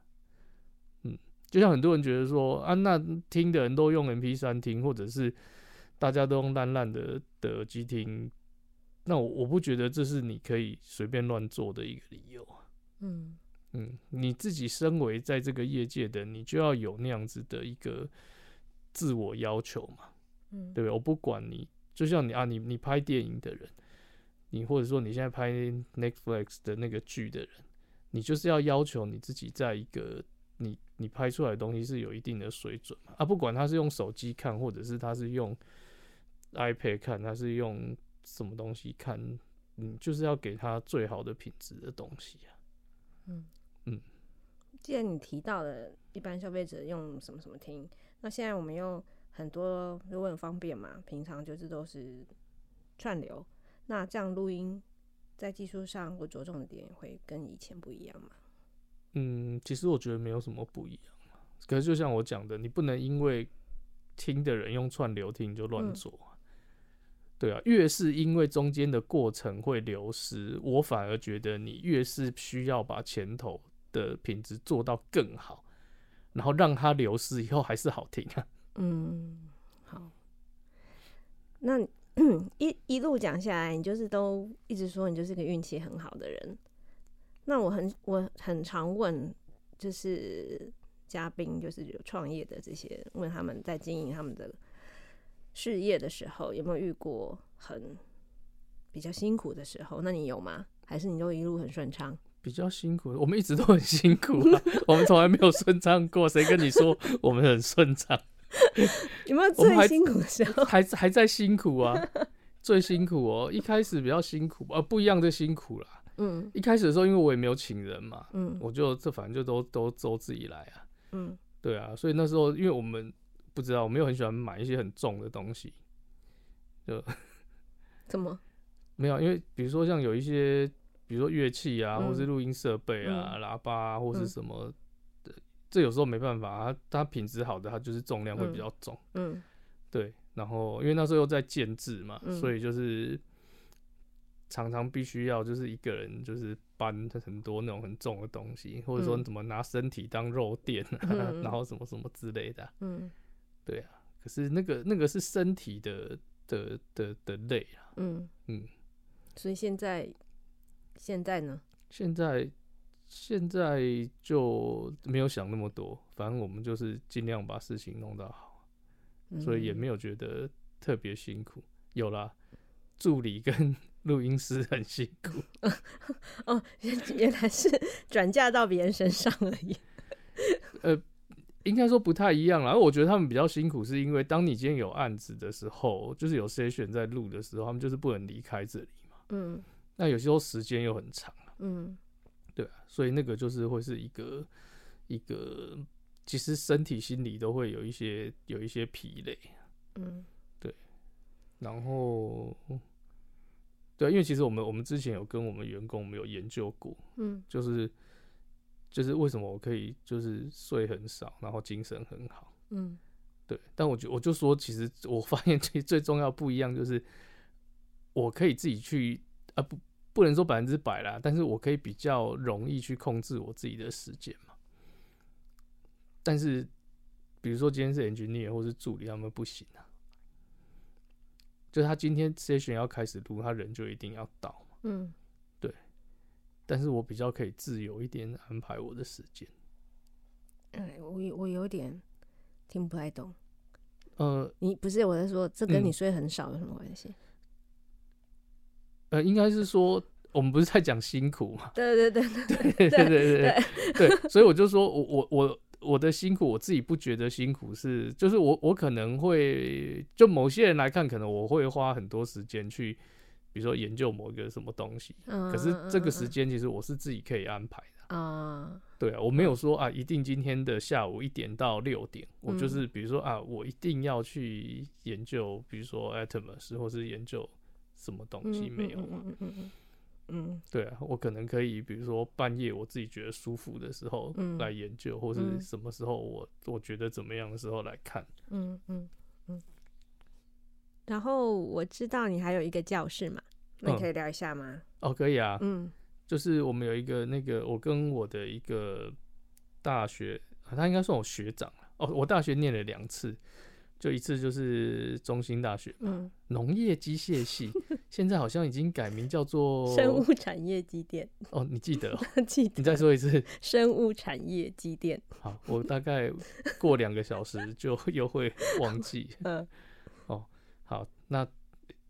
Speaker 2: 嗯，就像很多人觉得说啊，那听的人都用 MP 三听，或者是大家都用烂烂的的耳机听，那我我不觉得这是你可以随便乱做的一个理由。
Speaker 1: 嗯
Speaker 2: 嗯，你自己身为在这个业界的，你就要有那样子的一个自我要求嘛，
Speaker 1: 嗯，
Speaker 2: 对不对？我不管你，就像你啊，你你拍电影的人，你或者说你现在拍 Netflix 的那个剧的人，你就是要要求你自己在一个你你拍出来的东西是有一定的水准嘛啊，不管他是用手机看，或者是他是用 iPad 看，他是用什么东西看，你就是要给他最好的品质的东西啊。
Speaker 1: 既然你提到了一般消费者用什么什么听，那现在我们用很多，如果很方便嘛，平常就是都是串流，那这样录音在技术上或着重的点会跟以前不一样嘛？
Speaker 2: 嗯，其实我觉得没有什么不一样啊可是就像我讲的，你不能因为听的人用串流听你就乱
Speaker 1: 嗯
Speaker 2: 做啊、对啊，越是因为中间的过程会流失，我反而觉得你越是需要把前头的品质做到更好，然后让它流失以后还是好听啊。
Speaker 1: 嗯，好。那 你一一路讲下来，你就是都一直说你就是个运气很好的人。那我很我很常问，就是嘉宾，就是有创业的这些，问他们在经营他们的事业的时候，有没有遇过很比较辛苦的时候？那你有吗？还是你都一路很顺畅？
Speaker 2: 比较辛苦，我们一直都很辛苦啊，我们从来没有顺畅过。谁跟你说我们很顺畅？
Speaker 1: 有没有
Speaker 2: 我们还
Speaker 1: 最辛苦的时候？
Speaker 2: 还还在辛苦啊，最辛苦哦。一开始比较辛苦，呃，不一样的辛苦啦。
Speaker 1: 嗯
Speaker 2: 一开始的时候，因为我也没有请人嘛，
Speaker 1: 嗯
Speaker 2: 我就这反正就都都都自己来啊，
Speaker 1: 嗯
Speaker 2: 对啊。所以那时候，因为我们不知道，我没有很喜欢买一些很重的东西，
Speaker 1: 怎么？
Speaker 2: 没有，因为比如说像有一些，比如说乐器啊，
Speaker 1: 嗯
Speaker 2: 或是录音设备啊、喇叭啊，或是
Speaker 1: 嗯
Speaker 2: 什么的，这有时候没办法啊，它它品质好的，它就是重量会比
Speaker 1: 嗯
Speaker 2: 较重。
Speaker 1: 嗯
Speaker 2: 对，然后因为那时候又在建制嘛，
Speaker 1: 嗯
Speaker 2: 所以就是常常必须要就是一个人就是搬很多那种很重的东西，或者说
Speaker 1: 嗯
Speaker 2: 你怎么拿身体当肉垫、啊，
Speaker 1: 嗯
Speaker 2: 然后什么什么之类的啊、
Speaker 1: 嗯
Speaker 2: 对啊，可是那个那个是身体的的的的累啊。
Speaker 1: 嗯
Speaker 2: 嗯，
Speaker 1: 所以现在现在呢？
Speaker 2: 现在现在就没有想那么多，反正我们就是尽量把事情弄到好。
Speaker 1: 嗯
Speaker 2: 所以也没
Speaker 1: 有
Speaker 2: 有觉得特别辛苦。有啦，助理跟 录音师很辛苦，
Speaker 1: 哦，原 原来是转嫁到别人身上而已。
Speaker 2: 应该说不太一样啦。我觉得他们比较辛苦，是因为当你今天有案子的时候，就是有 session 在录的时候，他们就是不能离开这里嘛。
Speaker 1: 嗯
Speaker 2: 那有时候时间又很长，
Speaker 1: 嗯
Speaker 2: 对啊，所以那个就是会是一个一个，其实身体心理都会有一些有一些疲累。
Speaker 1: 嗯
Speaker 2: 然后，对啊，因为其实我们我们之前有跟我们员工我们有研究过，
Speaker 1: 嗯
Speaker 2: 就是就是为什么我可以就是睡很少，然后精神很好，
Speaker 1: 嗯
Speaker 2: 对。但我就我就说，其实我发现最最重要不一样就是，我可以自己去啊不不能说百分之百啦，但是我可以比较容易去控制我自己的时间嘛。但是比如说今天是 engineer 或是助理，他们不行啊。就是他今天 session 要开始录，他人就一定要到。
Speaker 1: 嗯
Speaker 2: 但是我比较可以自由一点安排我的时间。
Speaker 1: 哎，我有我有点听不太懂。
Speaker 2: 呃
Speaker 1: 你不是我在说，这跟你
Speaker 2: 嗯
Speaker 1: 睡很少有什么关系？
Speaker 2: 呃，应该是说，我们不是在讲辛苦嘛，
Speaker 1: 对对对 对，
Speaker 2: 对对对对对，所以我就说我我我我的辛苦，我自己不觉得辛苦是，就是我我可能会就某些人来看，可能我会花很多时间去，比如说研究某一个什么东西，
Speaker 1: 嗯
Speaker 2: 可是这个时间其实我是自己可以安排的啊。
Speaker 1: 啊，
Speaker 2: 对啊，我没有说啊，一定今天的下午一点到六点，我
Speaker 1: 嗯
Speaker 2: 就是比如说啊，我一定要去研究，比如说 Atomos 或是研究什么
Speaker 1: 嗯
Speaker 2: 东西，没有啊嘛？
Speaker 1: 嗯嗯嗯嗯
Speaker 2: 对啊，我可能可以，比如说半夜我自己觉得舒服的时候
Speaker 1: 嗯
Speaker 2: 来研究，或
Speaker 1: 嗯
Speaker 2: 是什么时候我我觉得怎么样的时候来看。
Speaker 1: 嗯嗯嗯。然后我知道你还有一个教室嘛，那你
Speaker 2: 嗯
Speaker 1: 可以聊一下吗？
Speaker 2: 哦，可以啊，
Speaker 1: 嗯
Speaker 2: 就是我们有一个那个，我跟我的一个大学，啊他应该算我学长了哦，我大学念了两次，就一次就是中兴大学
Speaker 1: 嗯，
Speaker 2: 农业机械 系，现在好像已经改名叫做
Speaker 1: 生物产业积淀，
Speaker 2: 哦，你记得哦、
Speaker 1: 记得
Speaker 2: 你再说一次。
Speaker 1: 生物产业积淀，
Speaker 2: 好，我大概过两个小时就又会忘记。 哦
Speaker 1: 嗯
Speaker 2: 好，那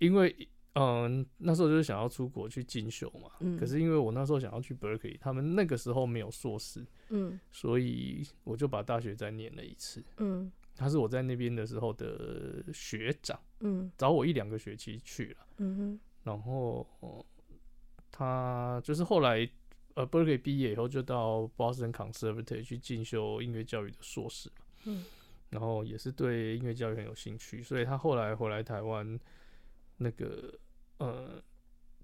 Speaker 2: 因为嗯、那时候就是想要出国去进修嘛，
Speaker 1: 嗯，
Speaker 2: 可是因为我那时候想要去 Berkeley，他们那个时候没有硕士，
Speaker 1: 嗯
Speaker 2: 所以我就把大学再念了一次。
Speaker 1: 嗯
Speaker 2: 他是我在那边的时候的学长，
Speaker 1: 嗯
Speaker 2: 找我一两个学期去了，
Speaker 1: 嗯哼
Speaker 2: 然后、呃他就是后来呃 Berkeley 毕业以后就到 Boston Conservatory 去进修音乐教育的硕士嘛，
Speaker 1: 嗯
Speaker 2: 然后也是对音乐教育很有兴趣，所以他后来回来台湾，那个呃，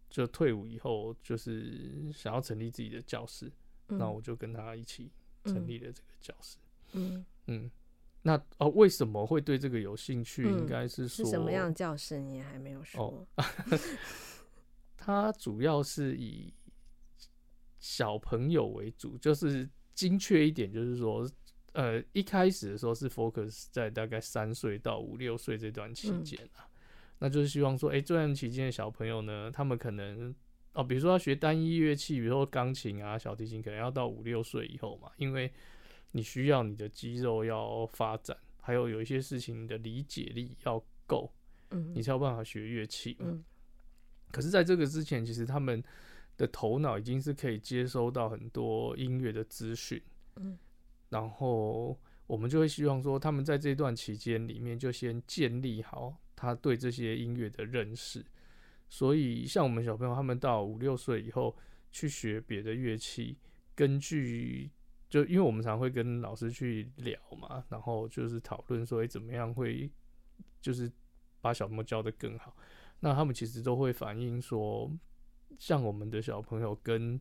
Speaker 2: 就退伍以后，就是想要成立自己的教室，
Speaker 1: 嗯，
Speaker 2: 那我就跟他一起成立了这个教室。
Speaker 1: 嗯
Speaker 2: 嗯，那哦，为什么会对这个有兴趣？
Speaker 1: 嗯
Speaker 2: 应该是说
Speaker 1: 是什么样的教室？你也还没有说
Speaker 2: 哦，它主要是以小朋友为主，就是精确一点，就是说，呃，一开始的时候是 focus 在大概三岁到五六岁这段期
Speaker 1: 嗯
Speaker 2: 间啊，那就是希望说，哎、这段期间的小朋友呢，他们可能哦，比如说要学单一乐器，比如说钢琴啊、小提琴，可能要到五六岁以后嘛，因为你需要你的肌肉要发展，还有有一些事情你的理解力要够，
Speaker 1: 嗯，
Speaker 2: 你才有办法学乐器嘛。
Speaker 1: 嗯
Speaker 2: 可是，在这个之前，其实他们的头脑已经是可以接收到很多音乐的资讯，
Speaker 1: 嗯，
Speaker 2: 然后我们就会希望说，他们在这段期间里面就先建立好他对这些音乐的认识。所以，像我们小朋友，他们到五六岁以后去学别的乐器，根据就因为我们常会跟老师去聊嘛，然后就是讨论说，诶怎么样会就是把小朋友教得更好。那他们其实都会反映说，像我们的小朋友跟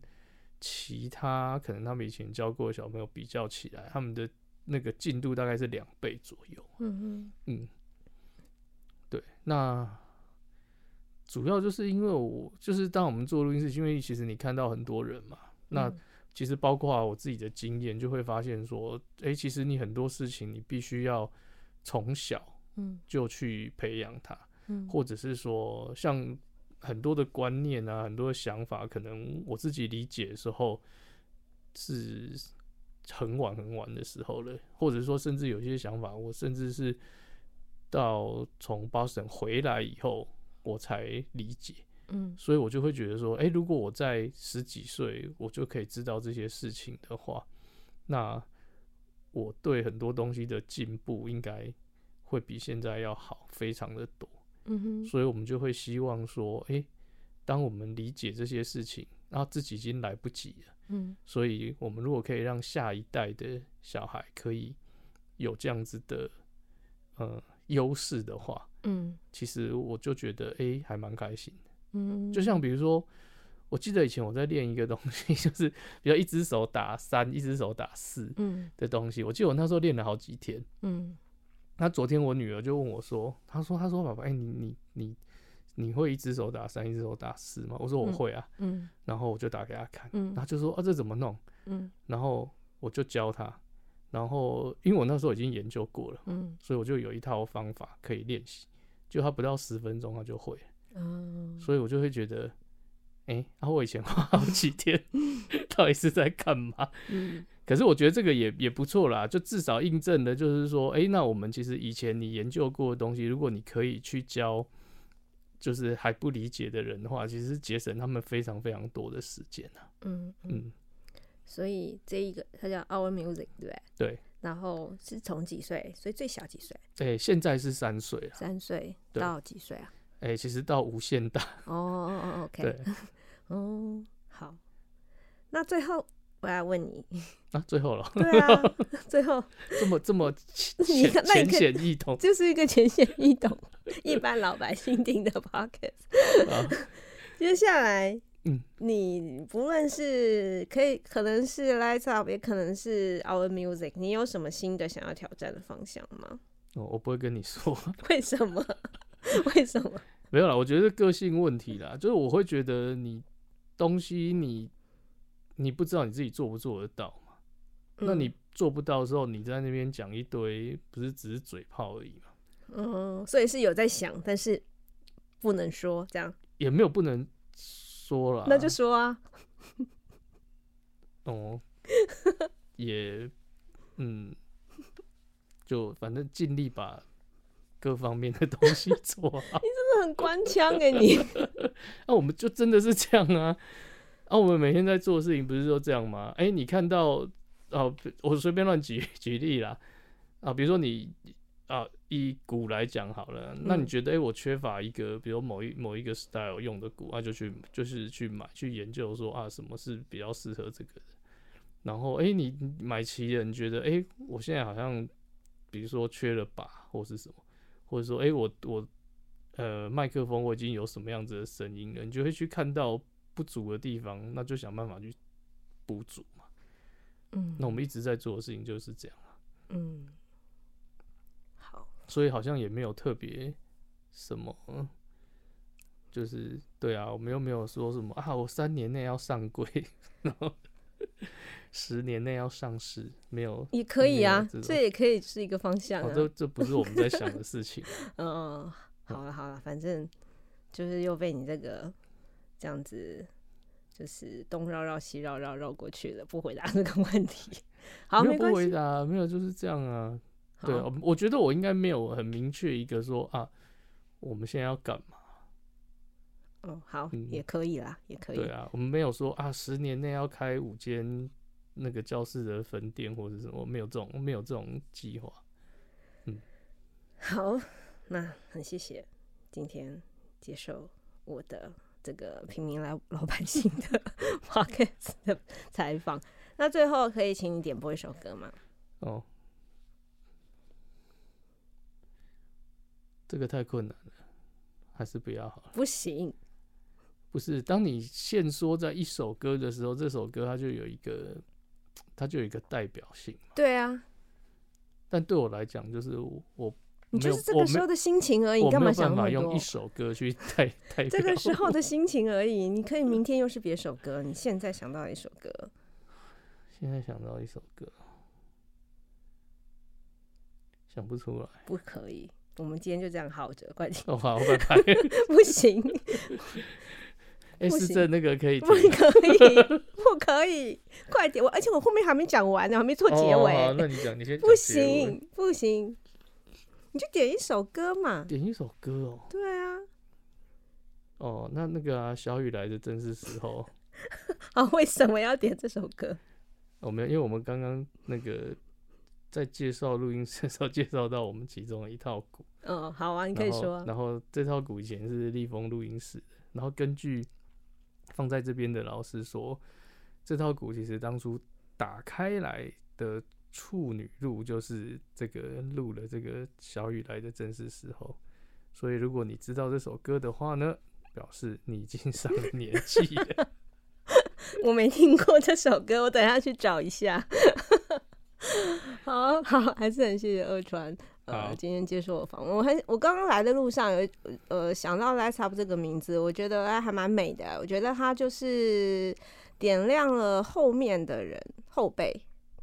Speaker 2: 其他可能他们以前教过的小朋友比较起来，他们的那个进度大概是两倍左右。
Speaker 1: 嗯哼
Speaker 2: 嗯，对，那主要就是因为我就是当我们做录音室，因为其实你看到很多人嘛，那
Speaker 1: 嗯
Speaker 2: 其实包括我自己的经验，就会发现说，诶、其实你很多事情你必须要从小
Speaker 1: 嗯
Speaker 2: 就去培养它。
Speaker 1: 嗯
Speaker 2: 或者是说像很多的观念啊，很多的想法，可能我自己理解的时候是很晚很晚的时候了，或者说甚至有些想法，我甚至是到从 Boston 回来以后我才理解，
Speaker 1: 嗯
Speaker 2: 所以我就会觉得说，诶，如果我在十几岁我就可以知道这些事情的话，那我对很多东西的进步应该会比现在要好非常的多。
Speaker 1: 嗯哼
Speaker 2: 所以我们就会希望说，诶，当我们理解这些事情，然后自己已经来不及了，
Speaker 1: 嗯
Speaker 2: 所以我们如果可以让下一代的小孩可以有这样子的呃优势的话，
Speaker 1: 嗯
Speaker 2: 其实我就觉得诶，还蛮开心的。
Speaker 1: 嗯，
Speaker 2: 就像比如说，我记得以前我在练一个东西， 就是比较一只手打三，一只手打四
Speaker 1: 嗯
Speaker 2: 的东西，我记得我那时候练了好几天。
Speaker 1: 嗯
Speaker 2: 那昨天我女儿就问我说：“她说，她说，爸爸，哎、你你你你会一只手打三，一只手打四吗？”我说：“我
Speaker 1: 嗯
Speaker 2: 会啊。
Speaker 1: 嗯
Speaker 2: 然后我就打给她看，
Speaker 1: 嗯
Speaker 2: 然后就说：“啊，这怎么弄
Speaker 1: 嗯？”
Speaker 2: 然后我就教她，然后因为我那时候已经研究过了，
Speaker 1: 嗯
Speaker 2: 所以我就有一套方法可以练习。就她不到十分钟，她就会了，
Speaker 1: 嗯，
Speaker 2: 所以我就会觉得，哎、啊，我以前花好几天， 到底是在干嘛？
Speaker 1: 嗯
Speaker 2: 可是我觉得这个也也不错啦，就至少印证了，就是说，诶，那我们其实以前你研究过的东西，如果你可以去教就是还不理解的人的话，其实节省他们非常非常多的时间啊。
Speaker 1: 嗯嗯，
Speaker 2: 嗯，
Speaker 1: 所以这一个它叫 Our Music，对不对？
Speaker 2: 对。
Speaker 1: 然后是从几岁？所以最小几岁？
Speaker 2: 哎、现在是三岁啊，
Speaker 1: 三岁
Speaker 2: 对
Speaker 1: 到几岁啊？
Speaker 2: 哎、其实到无限大，
Speaker 1: 哦哦哦，OK，
Speaker 2: 对。
Speaker 1: 哦，好。那最后我来问你，
Speaker 2: 那、最后了，
Speaker 1: 对啊， 最后
Speaker 2: 这么 这么浅
Speaker 1: 你
Speaker 2: 浅
Speaker 1: 那你
Speaker 2: 浅
Speaker 1: 可以
Speaker 2: 显易懂
Speaker 1: 就是一个浅显易懂、一般老百姓听的 Pocket。
Speaker 2: 啊，
Speaker 1: 接下来，
Speaker 2: 嗯，
Speaker 1: 你不论是可以，可能是 Lights Up，也可能是 Our Music，你有什么新的想要挑战的方向吗？
Speaker 2: 哦我不会跟你说，
Speaker 1: 为什么？ 为什么？
Speaker 2: 没有啦，我觉得是个性问题啦，就是我会觉得你东西你你不知道你自己做不做得到嘛，那
Speaker 1: 嗯
Speaker 2: 你做不到的时候，你在那边讲一堆，不是只是嘴炮而已嘛，
Speaker 1: 嗯，嗯，所以是有在想，但是不能说这样，
Speaker 2: 也没有不能说啦，
Speaker 1: 那就说啊，
Speaker 2: 哦， 也嗯，就反正尽力把各方面的东西做好。
Speaker 1: 真的很官腔哎、你
Speaker 2: 那、啊我们就真的是这样啊！啊，我们每天在做的事情不是都这样吗？哎、你看到啊，我随便乱举 举例啦啊，比如说你啊，以鼓来讲好了，那你
Speaker 1: 嗯
Speaker 2: 觉得哎、诶我缺乏一个，比如某一某一个 style 用的鼓，啊，就去就是去买去研究说啊，什么是比较适合这个的。然后哎、诶你你买齐了，你觉得哎、诶我现在好像比如说缺了把或是什么，或者说哎、诶我我呃麦克风我已经有什么样子的声音了，你就会去看到不足的地方，那就想办法去补足嘛。
Speaker 1: 嗯
Speaker 2: 那我们一直在做的事情就是这样，
Speaker 1: 嗯，好，
Speaker 2: 所以好像也没有特别什么，就是对啊，我们又没有说什么啊，我三年内要上柜，然后 十年内要上市，没有。
Speaker 1: 也可以啊
Speaker 2: 没有这，种
Speaker 1: 这也可以是一个方向
Speaker 2: 哦，
Speaker 1: 啊。
Speaker 2: 这这不是我们在想的事情，
Speaker 1: 嗯、好了好了，反正就是又被你这个这样子，就是东绕绕西绕绕绕过去了，不回答这个问题。 好，
Speaker 2: 没
Speaker 1: 没
Speaker 2: 有不
Speaker 1: 关
Speaker 2: 回
Speaker 1: 系。
Speaker 2: 答，没有就是这样啊。对，
Speaker 1: 好
Speaker 2: 我我觉得我应该没有很明确一个说啊，我们现在要干嘛？
Speaker 1: 哦，好，
Speaker 2: 嗯
Speaker 1: 也可以啦，也可以
Speaker 2: 对。啊，我们没有说啊，十年内要开五间那个教室的分店或者什么，没有这种没有这种计划。
Speaker 1: 好，那很谢谢今天接受我的这个平民来老百姓的 podcast 的采访。那最后可以请你点播一首歌吗？
Speaker 2: 哦，这个太困难了，还是不要好了。
Speaker 1: 不行，
Speaker 2: 不是，当你限缩在一首歌的时候，这首歌它就有一个，它就有一个代表性。
Speaker 1: 对啊，
Speaker 2: 但对我来讲，就是我我
Speaker 1: 你
Speaker 2: 没
Speaker 1: 就
Speaker 2: 有
Speaker 1: 是这
Speaker 2: 我
Speaker 1: 个
Speaker 2: 没
Speaker 1: 时候的心情而已，
Speaker 2: 我
Speaker 1: 干
Speaker 2: 没
Speaker 1: 嘛
Speaker 2: 有
Speaker 1: 想那
Speaker 2: 办法
Speaker 1: 么
Speaker 2: 用一
Speaker 1: 多？
Speaker 2: 首歌去代代表。
Speaker 1: 这个时候的心情而 已，你可以明天又是别首歌，你现在想到一首歌，
Speaker 2: 现在想到一首歌，想不出来。
Speaker 1: 不可以。我们今天就这样耗着，快点，
Speaker 2: 哦，好，拜 拜。
Speaker 1: 不 行，
Speaker 2: 哎、
Speaker 1: 不
Speaker 2: 是
Speaker 1: 行
Speaker 2: 这那个可以
Speaker 1: 不
Speaker 2: 剪吗
Speaker 1: 可以，不可以，快点！我而且我后面还没讲完啊呢，还没做结
Speaker 2: 哦
Speaker 1: 尾。
Speaker 2: 好那你讲，你先讲
Speaker 1: 不
Speaker 2: 结尾，
Speaker 1: 行不行，你就点一首歌嘛。
Speaker 2: 点一首歌哦。
Speaker 1: 对啊，
Speaker 2: 哦，那那个啊，小雨来的正是时候。
Speaker 1: 啊，为什么要点这首歌？
Speaker 2: 我们因为我们刚刚那个在介绍录音室的时候，介绍到我们其中的一套鼓，
Speaker 1: 嗯，好啊，你
Speaker 2: 你
Speaker 1: 可以说啊。
Speaker 2: 然后这套鼓以前是立丰录音室的，然后根据放在这边的老师说，这套鼓其实当初打开来的处女录就是这个录了这个小雨来的正是时候，所以如果你知道这首歌的话呢，表示你已经上了年纪 了。
Speaker 1: 我没听过这首歌，我等一下去找一下。 好好，还是很谢谢二川，呃
Speaker 2: 好，
Speaker 1: 今天接受我访问。我很，我刚刚来的路上有呃想到 Lights Up 这个名字，我觉得哎还蛮美的。我觉得它就是点亮了后面的人后辈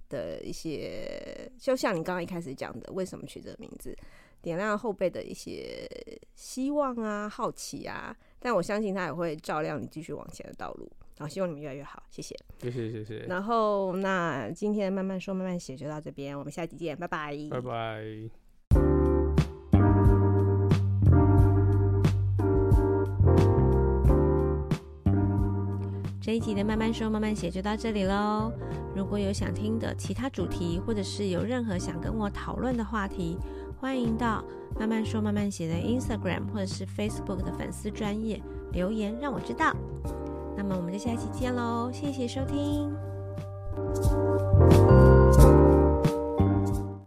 Speaker 1: 的一些，就像你刚刚一开始讲的，为什么取这个名字，点亮了后辈的一些希望啊、好奇啊。但我相信它也会照亮你继续往前的道路。好，希望你们越来越好，谢谢。
Speaker 2: 谢谢谢谢，
Speaker 1: 然后那今天慢慢说慢慢写就到这边，我们下期见，拜拜，
Speaker 2: 拜拜。
Speaker 1: 这一集的慢慢说慢慢写就到这里喽。如果有想听的其他主题，或者是有任何想跟我讨论的话题，欢迎到慢慢说慢慢写的 Instagram 或者是 Facebook 的粉丝专业留言让我知道。那么我们就下期见喽，谢谢收听。